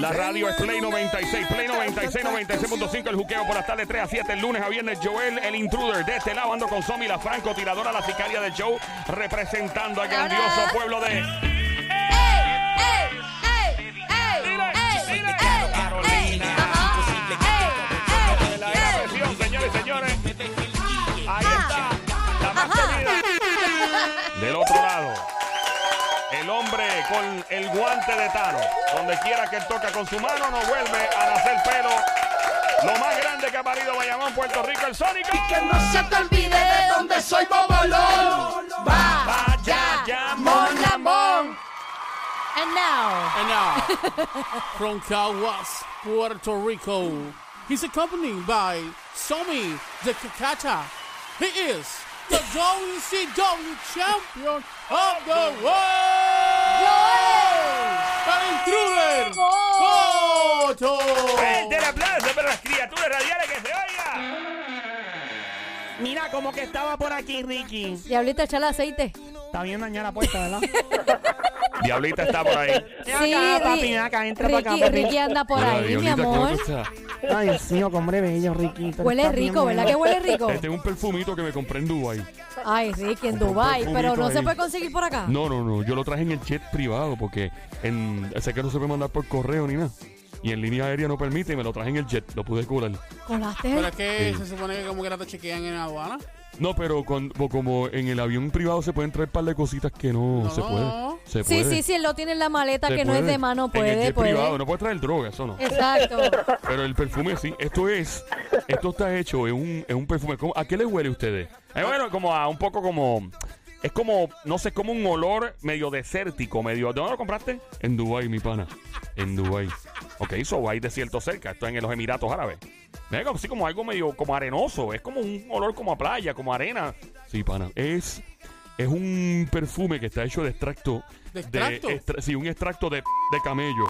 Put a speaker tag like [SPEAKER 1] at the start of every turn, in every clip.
[SPEAKER 1] La radio es Play 96, Play 96, 96.5, el juqueo por las tardes 3 a 7, el lunes a viernes, Joel, el intruder, de este lado ando con Somi, la franco tiradora, la sicaria del show, representando al
[SPEAKER 2] Hola.
[SPEAKER 1] grandioso pueblo de... de la era presión, señores y señores. Ahí está, la más querida. Del otro lado, el hombre con el guante de Tano. Donde quiera que él toca con su mano, no vuelve a nacer pelo. Lo más grande que ha parido Bayamón, Puerto Rico, el Sónico.
[SPEAKER 3] Que no se te olvide de dónde soy Bobolón. Va,
[SPEAKER 1] Vaya, ya,
[SPEAKER 3] mon, la mon.
[SPEAKER 2] And now,
[SPEAKER 4] And now, from Caguas, Puerto Rico, he's accompanied by Somi the Kakata. He is the WCW champion of the world! El intruder, Coto!
[SPEAKER 1] Fuerte el aplauso para las criaturas radiales que se oiga.
[SPEAKER 5] Mira, como que estaba por aquí Ricky.
[SPEAKER 2] Diablito, echa el aceite.
[SPEAKER 5] Está bien dañada la puerta, ¿verdad?
[SPEAKER 1] Diablita está por ahí.
[SPEAKER 5] Ven acá, papi,
[SPEAKER 2] Ri-
[SPEAKER 5] ven acá, entra para acá,
[SPEAKER 2] Ricky,
[SPEAKER 5] perrito.
[SPEAKER 2] Ricky anda por ahí, mi amor.
[SPEAKER 5] Ay, sí, hombre bello, Ricky. pero
[SPEAKER 2] Huele
[SPEAKER 5] está bien,
[SPEAKER 2] rico, ¿verdad
[SPEAKER 5] mi
[SPEAKER 2] que
[SPEAKER 5] amor.
[SPEAKER 2] huele rico?
[SPEAKER 6] Este es un perfumito que me compré en Dubai.
[SPEAKER 2] Ay, Ricky, en Dubai,
[SPEAKER 6] un
[SPEAKER 2] pero no
[SPEAKER 6] poquito
[SPEAKER 2] se
[SPEAKER 6] ahí.
[SPEAKER 2] puede conseguir por acá.
[SPEAKER 6] No, no, no. Yo lo traje en el jet privado porque en, sé que no se puede mandar por correo ni nada. Y en línea aérea no permite y me lo traje en el jet. Lo pude curar.
[SPEAKER 2] ¿Colaste?
[SPEAKER 4] Pero es que se supone que como que la te chequean en la aduana.
[SPEAKER 6] No, pero con- o como en el avión privado se pueden traer un par de cositas que no,
[SPEAKER 4] No.
[SPEAKER 6] se puede. Se
[SPEAKER 2] Sí,
[SPEAKER 6] puede.
[SPEAKER 2] sí, sí, él lo tiene en la maleta
[SPEAKER 6] Se
[SPEAKER 2] que no es
[SPEAKER 6] puede.
[SPEAKER 2] de mano,
[SPEAKER 6] en el
[SPEAKER 2] puede,
[SPEAKER 6] jet privado
[SPEAKER 2] puede.
[SPEAKER 6] no puede traer droga, eso no.
[SPEAKER 2] Exacto.
[SPEAKER 6] Pero el perfume sí. Esto es, esto está hecho en un, en un perfume. ¿Cómo- ¿A qué le huele a ustedes? Eh, bueno, como a un poco como, es como, no sé, es como un olor medio desértico, medio. ¿De dónde lo compraste? En Dubai, mi pana. En Dubai. Ok, so hay desierto cerca. Esto en los Emiratos Árabes. Ve, como- Sí, como algo medio como arenoso. Es como un olor como a playa, como arena. Sí, pana. Es, es un perfume que está hecho de extracto.
[SPEAKER 4] ¿De extracto?
[SPEAKER 6] extra- sí, un extracto de, de camello.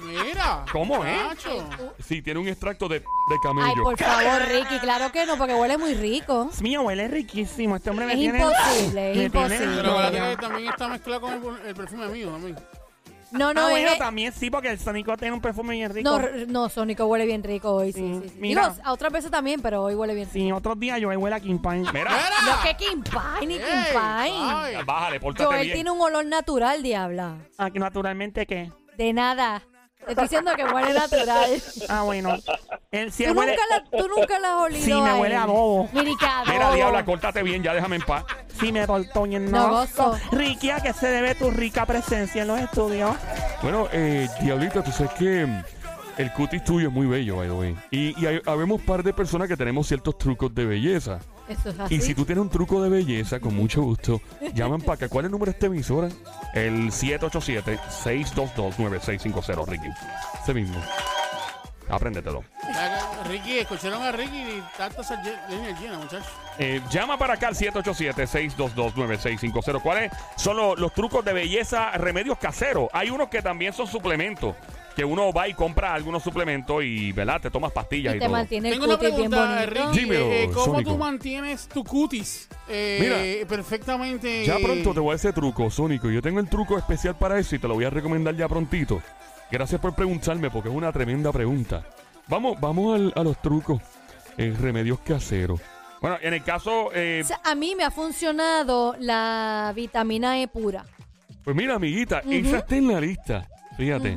[SPEAKER 4] Mira.
[SPEAKER 6] ¿Cómo eh? es?
[SPEAKER 4] Nacho.
[SPEAKER 6] Sí, tiene un extracto de, de camello.
[SPEAKER 2] Ay, por favor, Ricky, claro que no, porque huele muy rico.
[SPEAKER 5] Dios mío, huele riquísimo. Este hombre me
[SPEAKER 2] Es
[SPEAKER 5] tiene...
[SPEAKER 2] imposible, es
[SPEAKER 5] me
[SPEAKER 2] imposible.
[SPEAKER 5] tiene-
[SPEAKER 4] Pero
[SPEAKER 2] No,
[SPEAKER 4] acuérdate
[SPEAKER 2] ya.
[SPEAKER 4] que también está mezclado con el, el perfume mío también.
[SPEAKER 2] No, no,
[SPEAKER 5] Ah, bueno,
[SPEAKER 2] es-
[SPEAKER 5] también sí, porque el Sónico tiene un perfume bien rico.
[SPEAKER 2] no, r- no, Sónico huele bien rico hoy, sí,
[SPEAKER 5] Mm,
[SPEAKER 2] sí. sí.
[SPEAKER 5] mira.
[SPEAKER 2] Digo, a otras veces también, pero hoy huele bien rico.
[SPEAKER 5] Sí, otros días yo huele a King Pan.
[SPEAKER 6] Mira,
[SPEAKER 4] ¡Mira!
[SPEAKER 2] No, que Kim Pine, Kim
[SPEAKER 4] Ey,
[SPEAKER 2] Pine.
[SPEAKER 4] ay.
[SPEAKER 6] bájale, pórtate
[SPEAKER 2] Joel
[SPEAKER 6] bien.
[SPEAKER 2] tiene un olor natural, diabla.
[SPEAKER 5] Ah, que naturalmente que...
[SPEAKER 2] De nada. Te estoy diciendo que huele natural.
[SPEAKER 5] Ah, bueno. Él sí
[SPEAKER 2] Tú
[SPEAKER 5] huele...
[SPEAKER 2] nunca, la, tú nunca la has olido.
[SPEAKER 5] Sí, me
[SPEAKER 2] a él.
[SPEAKER 5] huele a bobo.
[SPEAKER 2] Mira,
[SPEAKER 6] Mira, diabla, córtate bien, ya déjame en paz.
[SPEAKER 5] Sí, me portó bien,
[SPEAKER 2] No
[SPEAKER 5] no.
[SPEAKER 2] gozo.
[SPEAKER 5] Ricky, ¿a qué se debe tu rica presencia en los estudios?
[SPEAKER 6] Bueno, eh, diablita, tú sabes que mm, el cutis tuyo es muy bello, by the way. Y, y hay- habemos par de personas que tenemos ciertos trucos de belleza.
[SPEAKER 2] Eso es así.
[SPEAKER 6] Y si tú tienes un truco de belleza, con mucho gusto, llaman para acá. ¿Cuál es el número de esta emisora? El 787-622-9650, Ricky. Ese mismo. Apréndetelo.
[SPEAKER 4] Ya que- Ricky, escucharon a Ricky y tantas líneas llenas, muchachos.
[SPEAKER 6] Eh, llama para acá al 787-622-9650. ¿Cuáles son lo- los trucos de belleza, remedios caseros? Hay unos que también son suplementos. Que uno va y compra algunos suplementos y, ¿verdad? Te tomas pastillas y,
[SPEAKER 2] Y te
[SPEAKER 6] todo.
[SPEAKER 2] mantiene el
[SPEAKER 4] Tengo una
[SPEAKER 2] cutis bien
[SPEAKER 4] pregunta,
[SPEAKER 2] bonito.
[SPEAKER 4] Ricky.
[SPEAKER 6] Dímelo,
[SPEAKER 4] eh, ¿Cómo
[SPEAKER 6] Sónico.
[SPEAKER 4] tú mantienes tu cutis eh,
[SPEAKER 6] Mira.
[SPEAKER 4] perfectamente?
[SPEAKER 6] Ya pronto te voy a ese truco, Sónico. Yo tengo el truco especial para eso y te lo voy a recomendar ya prontito. Gracias por preguntarme porque es una tremenda pregunta. Vamos, vamos al- a los trucos. eh, remedios caseros. Bueno, en el caso... eh,
[SPEAKER 2] O sea, a mí me ha funcionado la vitamina E pura.
[SPEAKER 6] Pues mira, amiguita, esa está en la lista. Fíjate,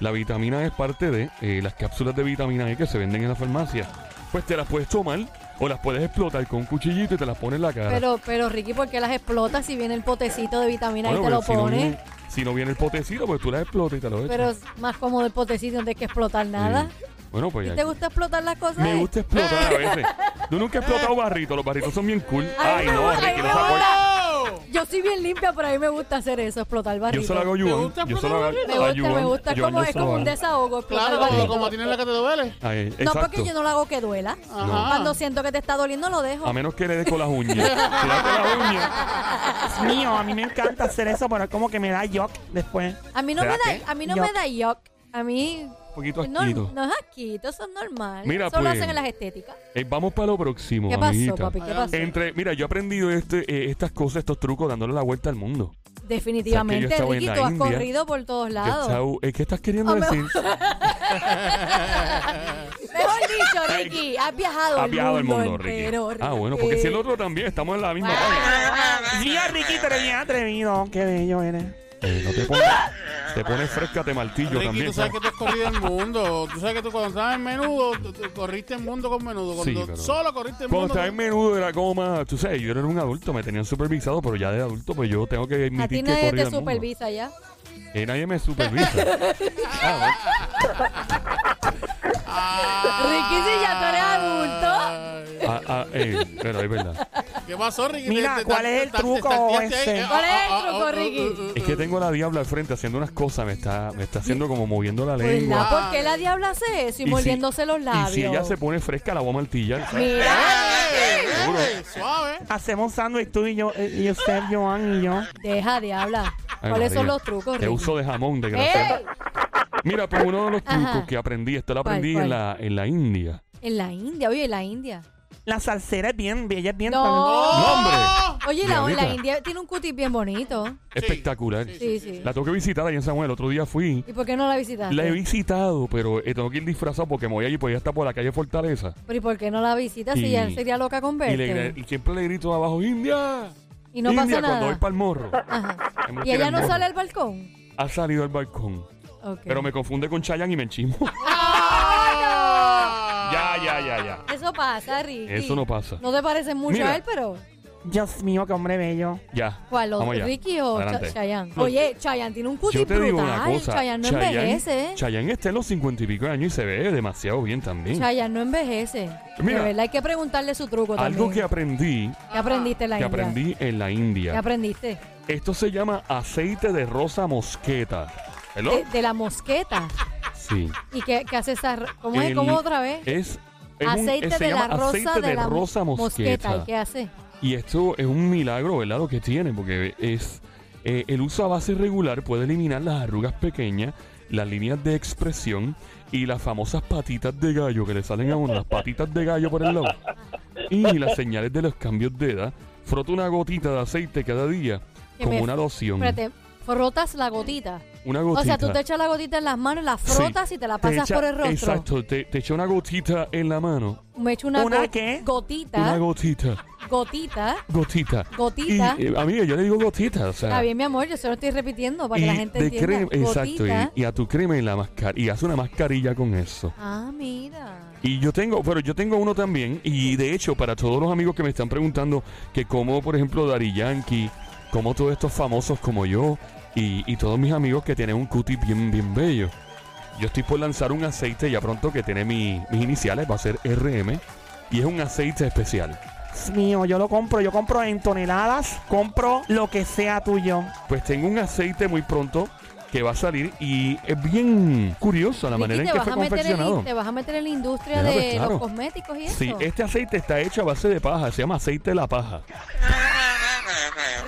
[SPEAKER 6] la vitamina E es parte de eh, las cápsulas de vitamina E que se venden en la farmacia. Pues te las puedes tomar o las puedes explotar con un cuchillito y te las pones en la cara.
[SPEAKER 2] Pero, pero Ricky, ¿por qué las explotas si viene el potecito de vitamina
[SPEAKER 6] Bueno,
[SPEAKER 2] y te
[SPEAKER 6] pero
[SPEAKER 2] lo
[SPEAKER 6] si, no
[SPEAKER 2] pones?
[SPEAKER 6] viene, si no viene el potecito, pues tú las explotas y te lo echas.
[SPEAKER 2] Pero es más cómodo el potecito, no hay que explotar nada.
[SPEAKER 6] Sí. Bueno, pues
[SPEAKER 2] ¿Y
[SPEAKER 6] ya.
[SPEAKER 2] te gusta explotar las cosas?
[SPEAKER 6] Me gusta explotar a veces. Tú nunca has explotado barritos, los barritos son bien cool.
[SPEAKER 2] Ay,
[SPEAKER 6] Ay,
[SPEAKER 2] me
[SPEAKER 6] no,
[SPEAKER 2] gusta, me
[SPEAKER 6] Ricky, no se acuerda.
[SPEAKER 4] ¡Oh!
[SPEAKER 2] Yo soy bien limpia, pero a mí me gusta hacer eso, explotar
[SPEAKER 6] Yo
[SPEAKER 2] barritos.
[SPEAKER 6] se lo hago a
[SPEAKER 4] ¿Te
[SPEAKER 6] Yuan.
[SPEAKER 4] gusta
[SPEAKER 6] Yo se lo hago a
[SPEAKER 2] Me gusta,
[SPEAKER 6] Yuan.
[SPEAKER 2] me gusta. Es
[SPEAKER 6] Yuan,
[SPEAKER 2] como,
[SPEAKER 6] yo
[SPEAKER 2] es
[SPEAKER 6] se lo
[SPEAKER 2] como un
[SPEAKER 6] hago.
[SPEAKER 2] desahogo explotar
[SPEAKER 4] Claro,
[SPEAKER 2] barritos.
[SPEAKER 4] como, como tienes la que te duele.
[SPEAKER 6] Ay,
[SPEAKER 2] No,
[SPEAKER 6] exacto.
[SPEAKER 2] porque yo no lo hago que duela.
[SPEAKER 4] Ajá.
[SPEAKER 6] Ah.
[SPEAKER 2] Cuando siento que te está doliendo, lo dejo.
[SPEAKER 6] A menos que le des con las uñas. Le das con las uñas.
[SPEAKER 5] Dios
[SPEAKER 2] A
[SPEAKER 5] mío, a mí me encanta hacer eso, pero es como que me da yuck después.
[SPEAKER 2] mí no
[SPEAKER 6] ¿Te
[SPEAKER 2] me
[SPEAKER 6] da
[SPEAKER 2] da, a mí no
[SPEAKER 5] Yuck.
[SPEAKER 2] me da yuck. A mí
[SPEAKER 6] Un poquito
[SPEAKER 2] no,
[SPEAKER 6] asquito.
[SPEAKER 2] no es asquito, eso es normal.
[SPEAKER 6] Mira,
[SPEAKER 2] eso lo
[SPEAKER 6] pues.
[SPEAKER 2] hacen en las estéticas.
[SPEAKER 6] Eh, vamos para lo próximo,
[SPEAKER 2] ¿Qué pasó,
[SPEAKER 6] amiguita.
[SPEAKER 2] papi? ¿Qué pasó?
[SPEAKER 6] Entre, mira, yo he aprendido este, eh, estas cosas, estos trucos, dándole la vuelta al mundo.
[SPEAKER 2] Definitivamente,
[SPEAKER 6] O sea, que yo estaba en la
[SPEAKER 2] Ricky, tú has
[SPEAKER 6] India.
[SPEAKER 2] corrido por todos
[SPEAKER 6] Yo
[SPEAKER 2] lados.
[SPEAKER 6] estaba- eh, ¿Qué estás queriendo
[SPEAKER 2] Oh, me-
[SPEAKER 6] decir?
[SPEAKER 2] Mejor dicho, Ricky, has viajado,
[SPEAKER 6] Has viajado el mundo, Ricky.
[SPEAKER 2] entero,
[SPEAKER 6] Ah, bueno, porque
[SPEAKER 2] Ricky.
[SPEAKER 6] si el otro también, estamos en la misma. página.
[SPEAKER 5] Mira, Ricky, te bien atrevido. Qué bello eres.
[SPEAKER 6] Eh, no te pones, te pones fresca, te martillo
[SPEAKER 4] Ricky,
[SPEAKER 6] también.
[SPEAKER 4] tú sabes que tú has corrido el mundo. Tú sabes que tú cuando estabas en menudo, tú- tú corriste el mundo con menudo.
[SPEAKER 6] Sí,
[SPEAKER 4] Cuando
[SPEAKER 6] pero-
[SPEAKER 4] solo corriste el
[SPEAKER 6] Cuando
[SPEAKER 4] mundo.
[SPEAKER 6] estaba en menudo era como más, tú sabes, yo era un adulto, me tenían supervisado, pero ya de adulto, pues yo tengo que
[SPEAKER 2] A ti
[SPEAKER 6] admitir que
[SPEAKER 2] nadie
[SPEAKER 6] corrí
[SPEAKER 2] te
[SPEAKER 6] el mundo.
[SPEAKER 2] supervisa ya.
[SPEAKER 6] Y nadie me supervisa. Ah,
[SPEAKER 2] Ricky, si ya tú eres adulto.
[SPEAKER 4] Ay,
[SPEAKER 6] Ah, ah, eh, pero es verdad.
[SPEAKER 4] ¿Qué pasó, Ricky?
[SPEAKER 5] Mira,
[SPEAKER 4] Te- te-
[SPEAKER 5] ¿cuál
[SPEAKER 4] te-
[SPEAKER 5] es el
[SPEAKER 4] te- te-
[SPEAKER 5] truco
[SPEAKER 4] te- te-
[SPEAKER 5] ese?
[SPEAKER 4] eh,
[SPEAKER 2] ¿Cuál es el
[SPEAKER 4] ah, ah,
[SPEAKER 2] truco,
[SPEAKER 4] ah,
[SPEAKER 2] Ricky?
[SPEAKER 4] ah, ah,
[SPEAKER 6] Es que tengo la diabla al frente haciendo unas cosas, me está, me está haciendo como moviendo la
[SPEAKER 2] Pues
[SPEAKER 6] lengua.
[SPEAKER 2] la, ¿por qué la diabla hace eso y,
[SPEAKER 6] si-
[SPEAKER 2] mordiéndose los labios?
[SPEAKER 6] Y si ella se ¡Eh! pone fresca, la voy a martillar. ¿sabes?
[SPEAKER 2] Mira,
[SPEAKER 4] ¡Ey, ey, Suave.
[SPEAKER 5] Hacemos un sándwich tú y yo, eh, y usted, Joan y yo.
[SPEAKER 2] deja de hablar.
[SPEAKER 6] Ay,
[SPEAKER 2] ¿Cuáles son
[SPEAKER 6] María.
[SPEAKER 2] los trucos,
[SPEAKER 6] Te
[SPEAKER 2] Ricky?
[SPEAKER 6] uso de jamón, de grasa.
[SPEAKER 2] ¡Ey!
[SPEAKER 6] Mira, pues uno de los trucos
[SPEAKER 2] Ajá.
[SPEAKER 6] que aprendí, esto lo
[SPEAKER 2] ¿Cuál,
[SPEAKER 6] aprendí
[SPEAKER 2] cuál?
[SPEAKER 6] En, la, en la India.
[SPEAKER 2] En la India, oye, en la India.
[SPEAKER 5] La salsera es bien bella, es bien
[SPEAKER 2] No.
[SPEAKER 5] talentosa.
[SPEAKER 6] ¡No, hombre!
[SPEAKER 2] Oye, la,
[SPEAKER 6] Diablita.
[SPEAKER 2] la India tiene un cutis bien bonito.
[SPEAKER 6] Espectacular.
[SPEAKER 2] Sí, sí. Ah,
[SPEAKER 6] La tengo que visitar ahí en San Juan. El otro día fui.
[SPEAKER 2] ¿Y por qué no la visitaste?
[SPEAKER 6] La he visitado, pero eh, tengo que ir disfrazado porque me voy a ir, pues ya está por la calle Fortaleza.
[SPEAKER 2] Pero ¿y por qué no la visitas
[SPEAKER 6] Y-
[SPEAKER 2] si ya sería loca con
[SPEAKER 6] Y, le-
[SPEAKER 2] verte?
[SPEAKER 6] y siempre le grito de abajo, India.
[SPEAKER 2] Y, no
[SPEAKER 6] India
[SPEAKER 2] pasa
[SPEAKER 6] cuando voy
[SPEAKER 2] nada.
[SPEAKER 6] para el morro.
[SPEAKER 2] Ajá.
[SPEAKER 6] Me
[SPEAKER 2] Y
[SPEAKER 6] tira
[SPEAKER 2] ella
[SPEAKER 6] el
[SPEAKER 2] no
[SPEAKER 6] morro.
[SPEAKER 2] sale al balcón.
[SPEAKER 6] Ha salido al balcón.
[SPEAKER 2] Ok.
[SPEAKER 6] Pero me confunde con Chayanne y me enchimo. ya, ya, ya, ya.
[SPEAKER 2] Eso pasa, Ricky.
[SPEAKER 6] Eso no pasa.
[SPEAKER 2] No te parece mucho
[SPEAKER 6] Mira.
[SPEAKER 2] a él, pero...
[SPEAKER 5] Dios mío, qué hombre bello.
[SPEAKER 6] Ya.
[SPEAKER 2] ¿Cuál otro?
[SPEAKER 6] Vamos allá.
[SPEAKER 2] ¿Ricky o Cha-
[SPEAKER 6] Adelante.
[SPEAKER 2] Chayanne? Oye, Chayanne tiene un cutis
[SPEAKER 6] Yo te
[SPEAKER 2] brutal.
[SPEAKER 6] digo una cosa.
[SPEAKER 2] Chayanne no envejece. ¿eh?
[SPEAKER 6] Chayanne está en los cincuenta y pico de años y se ve demasiado bien también.
[SPEAKER 2] Chayanne no envejece.
[SPEAKER 6] Mira.
[SPEAKER 2] de verdad, hay que preguntarle su truco
[SPEAKER 6] Algo que
[SPEAKER 2] también.
[SPEAKER 6] aprendí,
[SPEAKER 2] ¿Qué aprendiste en la
[SPEAKER 6] que
[SPEAKER 2] India?
[SPEAKER 6] aprendí en la
[SPEAKER 2] ¿Qué
[SPEAKER 6] India.
[SPEAKER 2] aprendiste?
[SPEAKER 6] Esto se llama aceite de rosa mosqueta. ¿Hello?
[SPEAKER 2] De, de la mosqueta.
[SPEAKER 6] Sí.
[SPEAKER 2] ¿Y qué, qué hace esa? ro- ¿Cómo es?
[SPEAKER 6] El-
[SPEAKER 2] ¿Cómo otra vez?
[SPEAKER 6] Es, es un-
[SPEAKER 2] aceite
[SPEAKER 6] es- se
[SPEAKER 2] de la
[SPEAKER 6] llama
[SPEAKER 2] rosa
[SPEAKER 6] aceite
[SPEAKER 2] de,
[SPEAKER 6] de
[SPEAKER 2] la
[SPEAKER 6] rosa mosqueta. Mm.
[SPEAKER 2] ¿Y qué hace?
[SPEAKER 6] Y esto es un milagro, ¿verdad? Lo que tiene, porque es eh, el uso a base regular puede eliminar las arrugas pequeñas, las líneas de expresión y las famosas patitas de gallo que le salen a uno, las patitas de gallo por el lado. Y las señales de los cambios de edad. Frota una gotita de aceite cada día
[SPEAKER 2] Que
[SPEAKER 6] como
[SPEAKER 2] me-
[SPEAKER 6] una loción.
[SPEAKER 2] Espérate, frotas la gotita.
[SPEAKER 6] Una gotita.
[SPEAKER 2] O sea, tú te echas la gotita en las manos, la
[SPEAKER 6] Sí.
[SPEAKER 2] frotas y te la
[SPEAKER 6] Te
[SPEAKER 2] pasas
[SPEAKER 6] echa-
[SPEAKER 2] por el rostro.
[SPEAKER 6] Exacto, te, te echa una gotita en la mano.
[SPEAKER 2] Me echo una,
[SPEAKER 5] ¿Una
[SPEAKER 2] go-
[SPEAKER 5] qué?
[SPEAKER 2] gotita,
[SPEAKER 6] Una Ah. gotita,
[SPEAKER 2] gotita,
[SPEAKER 6] gotita.
[SPEAKER 2] gotita.
[SPEAKER 6] Y, eh, amiga, yo le digo gotita, o sea.
[SPEAKER 2] Está bien, mi amor, yo se lo estoy repitiendo para
[SPEAKER 6] y
[SPEAKER 2] que la gente
[SPEAKER 6] de
[SPEAKER 2] entienda.
[SPEAKER 6] crema- exacto,
[SPEAKER 2] Gotita.
[SPEAKER 6] y, y a tu crema en la mascarilla, y hace una mascarilla con eso.
[SPEAKER 2] Ah, mira.
[SPEAKER 6] Y yo tengo, pero yo tengo uno también, y de hecho, para todos los amigos que me están preguntando que como, por ejemplo, Dari Yankee, como todos estos famosos como yo, y, y todos mis amigos que tienen un cutie bien, bien bello. Yo estoy por lanzar un aceite ya pronto que tiene mi- mis iniciales, va a ser RM, y es un aceite especial.
[SPEAKER 5] Dios mío, yo lo compro, yo compro en toneladas, compro lo que sea tuyo.
[SPEAKER 6] Pues tengo un aceite muy pronto que va a salir y es bien curioso la
[SPEAKER 2] Ricky,
[SPEAKER 6] manera en
[SPEAKER 2] te
[SPEAKER 6] que
[SPEAKER 2] vas
[SPEAKER 6] fue
[SPEAKER 2] a meter en la-
[SPEAKER 6] confeccionado.
[SPEAKER 2] te vas a meter en la industria
[SPEAKER 6] Claro,
[SPEAKER 2] de
[SPEAKER 6] claro.
[SPEAKER 2] los cosméticos y eso.
[SPEAKER 6] Sí, este aceite está hecho a base de paja, se llama aceite de la paja.